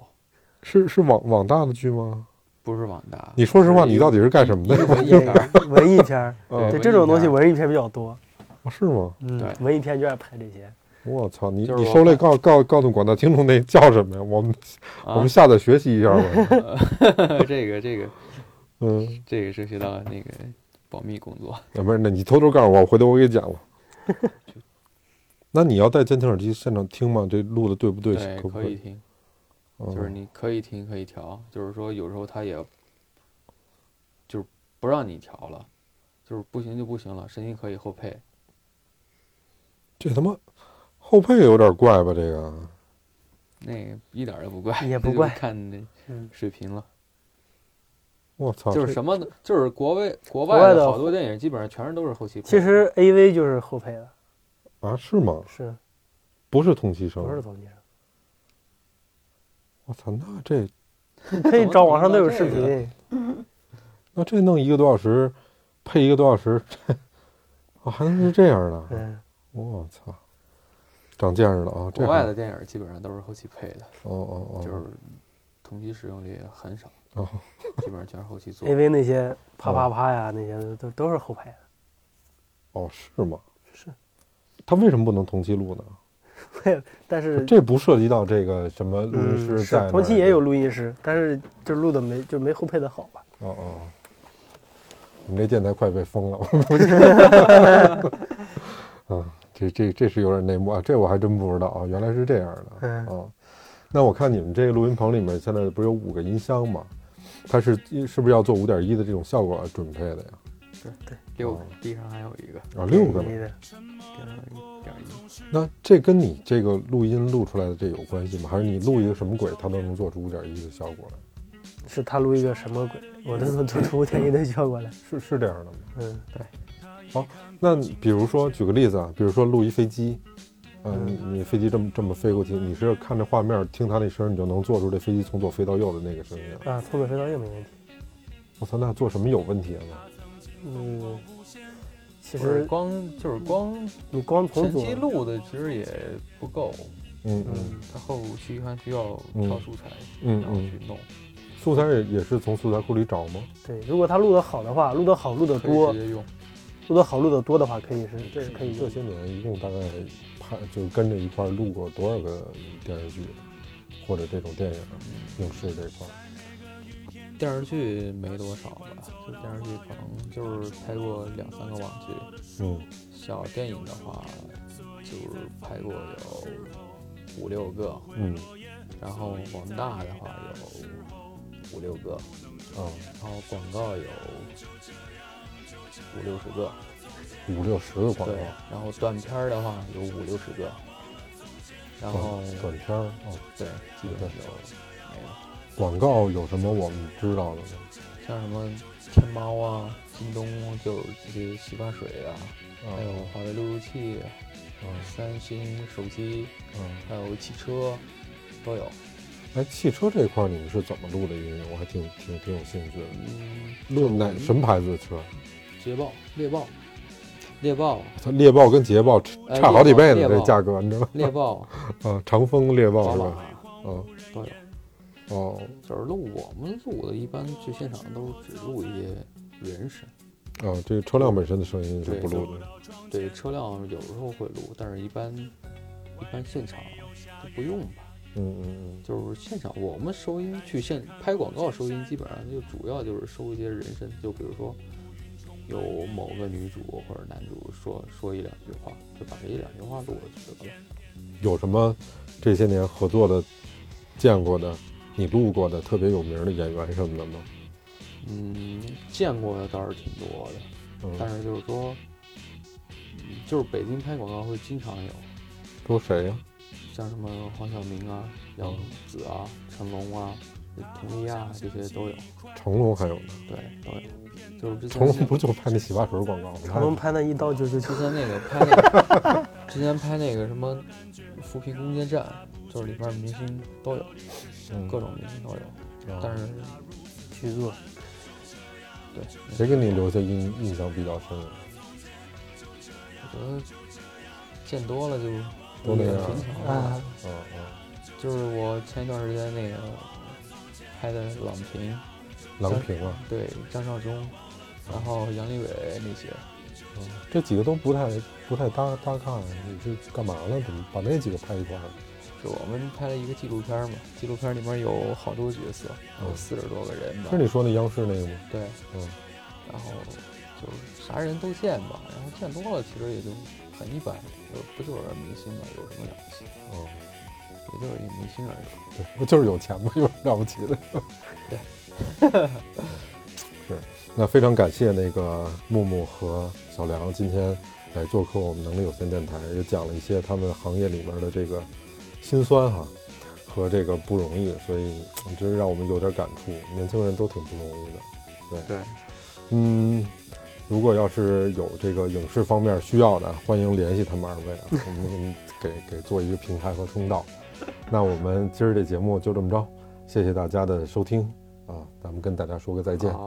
[SPEAKER 1] 是是网网大的剧吗？
[SPEAKER 3] 不是网大。
[SPEAKER 1] 你说实话，
[SPEAKER 3] 是
[SPEAKER 1] 你到底是干什么的
[SPEAKER 3] 一？个文艺
[SPEAKER 2] 那
[SPEAKER 3] 片儿？
[SPEAKER 2] 个文 艺片儿，
[SPEAKER 1] 嗯
[SPEAKER 2] 对
[SPEAKER 3] 文
[SPEAKER 2] 这
[SPEAKER 3] 艺
[SPEAKER 2] 种东西
[SPEAKER 3] 片儿
[SPEAKER 2] 文艺片比较多。
[SPEAKER 1] 哦是吗？
[SPEAKER 2] 嗯
[SPEAKER 3] 对，
[SPEAKER 2] 文艺片就爱拍这些。
[SPEAKER 1] 我操，你
[SPEAKER 3] 就是
[SPEAKER 1] 你
[SPEAKER 3] 我
[SPEAKER 1] 受累
[SPEAKER 3] 看
[SPEAKER 1] 告告告诉广大听众那叫什么呀？我们、 我
[SPEAKER 3] 啊
[SPEAKER 1] 们，下载学习一下 吧。
[SPEAKER 3] 这个这个
[SPEAKER 1] 嗯，
[SPEAKER 3] 这个涉及到那个保密工作。
[SPEAKER 1] 啊不是，那你偷偷告诉我，我回头我给剪了。 那你要带监听耳机现场听吗？这录的对不对？
[SPEAKER 3] 对，
[SPEAKER 1] 可不
[SPEAKER 3] 可
[SPEAKER 1] 可
[SPEAKER 3] 以？听，
[SPEAKER 1] 嗯、
[SPEAKER 3] 就是你可以听可以调，就是说有时候他也就是不让你调了，就是不行就不行了，声音可以后配。
[SPEAKER 1] 这他妈后配有点怪吧？这个
[SPEAKER 3] 那个一点儿都不怪，
[SPEAKER 2] 也
[SPEAKER 3] 那
[SPEAKER 2] 不
[SPEAKER 3] 就是
[SPEAKER 2] 怪
[SPEAKER 3] 看那
[SPEAKER 2] 嗯，
[SPEAKER 3] 水平了。
[SPEAKER 1] 我操，
[SPEAKER 3] 就是
[SPEAKER 1] 这
[SPEAKER 3] 什么呢？就是国外国
[SPEAKER 2] 外
[SPEAKER 3] 外
[SPEAKER 2] 的
[SPEAKER 3] 的好多电影基本上全是都是后期配。
[SPEAKER 2] 其实 A V 就是后配的，
[SPEAKER 1] 啊？是吗？
[SPEAKER 2] 是
[SPEAKER 3] 嗯
[SPEAKER 1] 不是同期声？
[SPEAKER 2] 不是总结？
[SPEAKER 1] 我操，那这
[SPEAKER 2] 你
[SPEAKER 3] 嗯
[SPEAKER 2] 可以找网上都有视
[SPEAKER 3] 怎么
[SPEAKER 2] 频，
[SPEAKER 1] 那这弄一个多小时，配一个多小时， 这啊还能是这样的？
[SPEAKER 2] 嗯，
[SPEAKER 1] 我操，长见识了啊！这
[SPEAKER 3] 国外
[SPEAKER 1] 还
[SPEAKER 3] 的电影基本上都是后期配的，
[SPEAKER 1] 哦哦哦，
[SPEAKER 3] 就是同期使用率很少，
[SPEAKER 1] 哦，
[SPEAKER 3] 基本上全是后期做。
[SPEAKER 2] 嗯 A V 那些啪啪啪呀，那些都都都是后排的，
[SPEAKER 1] 哦，是吗？
[SPEAKER 2] 是。
[SPEAKER 1] 他为什么不能同期录呢？
[SPEAKER 2] 但是
[SPEAKER 1] 这不涉及到这个什么录音
[SPEAKER 2] 嗯
[SPEAKER 1] 师
[SPEAKER 2] 是
[SPEAKER 1] 在、
[SPEAKER 2] 同期也有。录音师，但是就录的没就没后配的好吧？
[SPEAKER 1] 哦哦，我们这电台快被封 了。啊，这这这是有点内幕啊，这我还真不知道啊，原来是这样的
[SPEAKER 2] 嗯
[SPEAKER 1] 啊。那我看你们这个录音棚里面现在不是有五个音箱吗？它是呃是不是要做五点一的这种效果准配的呀？
[SPEAKER 3] 六
[SPEAKER 1] 哦
[SPEAKER 3] 个地上还有一个，
[SPEAKER 1] 啊，六个呢
[SPEAKER 2] 你？的
[SPEAKER 3] 地上有一点一，
[SPEAKER 1] 那这跟你这个录音录出来的这有关系吗？还是你录一个什么鬼，它都能做出五点一的效果来？
[SPEAKER 2] 是他录一个什么鬼，我都能做出五点一的效果来。
[SPEAKER 1] 是是这样的吗？
[SPEAKER 2] 嗯，
[SPEAKER 1] 那比如说，举个例子啊，比如说录一飞机，嗯，
[SPEAKER 2] 嗯
[SPEAKER 1] 你你飞机这么这么飞过去，你是看着画面听它那声儿，你就能做出这飞机从左飞到右的那个声音了。
[SPEAKER 2] 啊，从左飞到右没问题。
[SPEAKER 1] 我操，那做什么有问题啊？那
[SPEAKER 2] 嗯，其
[SPEAKER 3] 不是
[SPEAKER 2] 实
[SPEAKER 3] 光就是光
[SPEAKER 2] 你光从
[SPEAKER 3] 前
[SPEAKER 2] 左
[SPEAKER 3] 期，录的其实也不够，
[SPEAKER 1] 嗯嗯
[SPEAKER 2] 嗯，
[SPEAKER 3] 它后期还需要
[SPEAKER 1] 嗯
[SPEAKER 3] 挑素材，
[SPEAKER 1] 嗯
[SPEAKER 3] 然后
[SPEAKER 1] 嗯，
[SPEAKER 3] 去弄，
[SPEAKER 1] 素材也也是从素材库里找吗？
[SPEAKER 2] 对，如果他录的好的话，录的好录的
[SPEAKER 3] 可
[SPEAKER 2] 多
[SPEAKER 3] 以，直接用。
[SPEAKER 2] 录的好录的多的话，可以是
[SPEAKER 1] 这
[SPEAKER 2] 嗯是可以
[SPEAKER 1] 这
[SPEAKER 2] 用
[SPEAKER 1] 些年一共大概拍就是跟着一块儿录过多少个电视剧，或者这种电影啊影视这块儿？
[SPEAKER 3] 电视剧没多少吧，就电视剧可能就是拍过两三个网剧，
[SPEAKER 1] 嗯，
[SPEAKER 3] 小电影的话就是拍过有五六个，
[SPEAKER 1] 嗯
[SPEAKER 3] 然后广大的话有五六个，
[SPEAKER 1] 啊，
[SPEAKER 3] 然后广告有五六十个，
[SPEAKER 1] 五六十个广告
[SPEAKER 3] 对，，然后短片儿的话有五六十个，然后
[SPEAKER 1] 短短片儿啊，
[SPEAKER 3] 哦对，基本上就没了。
[SPEAKER 1] 广告有什么我们知道的吗？
[SPEAKER 3] 像什么天猫啊、京东就有这些洗发水啊，
[SPEAKER 1] 啊
[SPEAKER 3] 还有华为路由器、
[SPEAKER 1] 嗯
[SPEAKER 3] 三星手机，
[SPEAKER 1] 嗯，
[SPEAKER 3] 还有汽车都有。
[SPEAKER 1] 哎，汽车这块儿你们是怎么录的音乐？我还挺挺挺有兴趣的。
[SPEAKER 3] 嗯，
[SPEAKER 1] 录哪什么牌子的车？
[SPEAKER 3] 捷豹、猎豹、猎豹、
[SPEAKER 1] 它猎豹跟捷豹差
[SPEAKER 3] 呃
[SPEAKER 1] 差好几倍呢，
[SPEAKER 3] 猎豹
[SPEAKER 1] 这价格你知道吗？
[SPEAKER 3] 猎豹、
[SPEAKER 1] 啊，长风猎豹
[SPEAKER 3] 宝
[SPEAKER 1] 是
[SPEAKER 3] 马
[SPEAKER 1] 吧？嗯，
[SPEAKER 3] 都有。
[SPEAKER 1] 哦
[SPEAKER 3] 就是录我们录的，一般去现场都只录一些人声，
[SPEAKER 1] 啊，这车辆本身的声音是
[SPEAKER 3] 对
[SPEAKER 1] 不录的。
[SPEAKER 3] 对车辆有时候会录，但是一般一般现场都不用吧。
[SPEAKER 1] 嗯嗯
[SPEAKER 3] 就是现场我们收音去现拍广告收音，基本上就主要就是收一些人声，就比如说有某个女主或者男主说说一两句话，就把这一两句话录了就得了。
[SPEAKER 1] 嗯，有什么这些年合作的、见过的、你录过的特别有名的演员什么的吗？
[SPEAKER 3] 嗯，见过的倒是挺多的，但
[SPEAKER 1] 嗯，
[SPEAKER 3] 是就是说，嗯就是北京拍广告会经常有，
[SPEAKER 1] 都谁呀？
[SPEAKER 3] 像什么黄晓明啊、杨紫啊、成龙啊、佟丽娅啊这些都有，
[SPEAKER 1] 成龙还有呢？
[SPEAKER 3] 对，都有。就是之前
[SPEAKER 1] 成龙
[SPEAKER 3] 那个
[SPEAKER 1] 不就拍那洗发水广告吗？
[SPEAKER 2] 成龙拍那一刀九九九
[SPEAKER 3] 之，前那个拍那个，之前拍那个什么《扶贫攻坚战》，就是里边明星都有，
[SPEAKER 1] 嗯
[SPEAKER 3] 各种明星都有。
[SPEAKER 1] 啊
[SPEAKER 3] 但是，
[SPEAKER 2] 去做
[SPEAKER 3] 对，
[SPEAKER 1] 谁给你留下印印象比较深啊？
[SPEAKER 3] 我觉得见多了就
[SPEAKER 1] 都那样
[SPEAKER 3] 平常
[SPEAKER 2] 啊
[SPEAKER 3] 了。，
[SPEAKER 1] 嗯嗯，
[SPEAKER 3] 就是我前一段时间那个拍的《
[SPEAKER 1] 嗯
[SPEAKER 3] 郎平》，
[SPEAKER 1] 郎平啊，
[SPEAKER 3] 对张绍忠，然后杨利伟那些，
[SPEAKER 1] 嗯这几个都不太不太搭搭看，你是干嘛呢？怎么把那几个拍一块儿了？
[SPEAKER 3] 就我们拍了一个纪录片嘛，纪录片里面有好多角色，有
[SPEAKER 1] 嗯
[SPEAKER 3] 四十多个人吧
[SPEAKER 1] 是。你说那央视那个吗？
[SPEAKER 3] 对，
[SPEAKER 1] 嗯，
[SPEAKER 3] 然后就是啥人都见吧，然后见多了其实也就很一般，就不就是明星嘛，有什么了不起？
[SPEAKER 1] 哦，
[SPEAKER 3] 也就是一明星而已。
[SPEAKER 1] 对，不就是有钱吗？有什么了不起的？
[SPEAKER 3] 对，
[SPEAKER 1] 是。那非常感谢那个木木和小梁今天来做客我们能力有限电台，也讲了一些他们行业里面的这个辛酸哈和这个不容易，所以嗯真是让我们有点感触。年轻人都挺不容易的。
[SPEAKER 3] 对，
[SPEAKER 1] 嗯，如果要是有这个影视方面需要的，欢迎联系他们二位啊，我们 给给做一个平台和通道。那我们今儿这节目就这么着，谢谢大家的收听啊，咱们跟大家说个再见。
[SPEAKER 3] 好。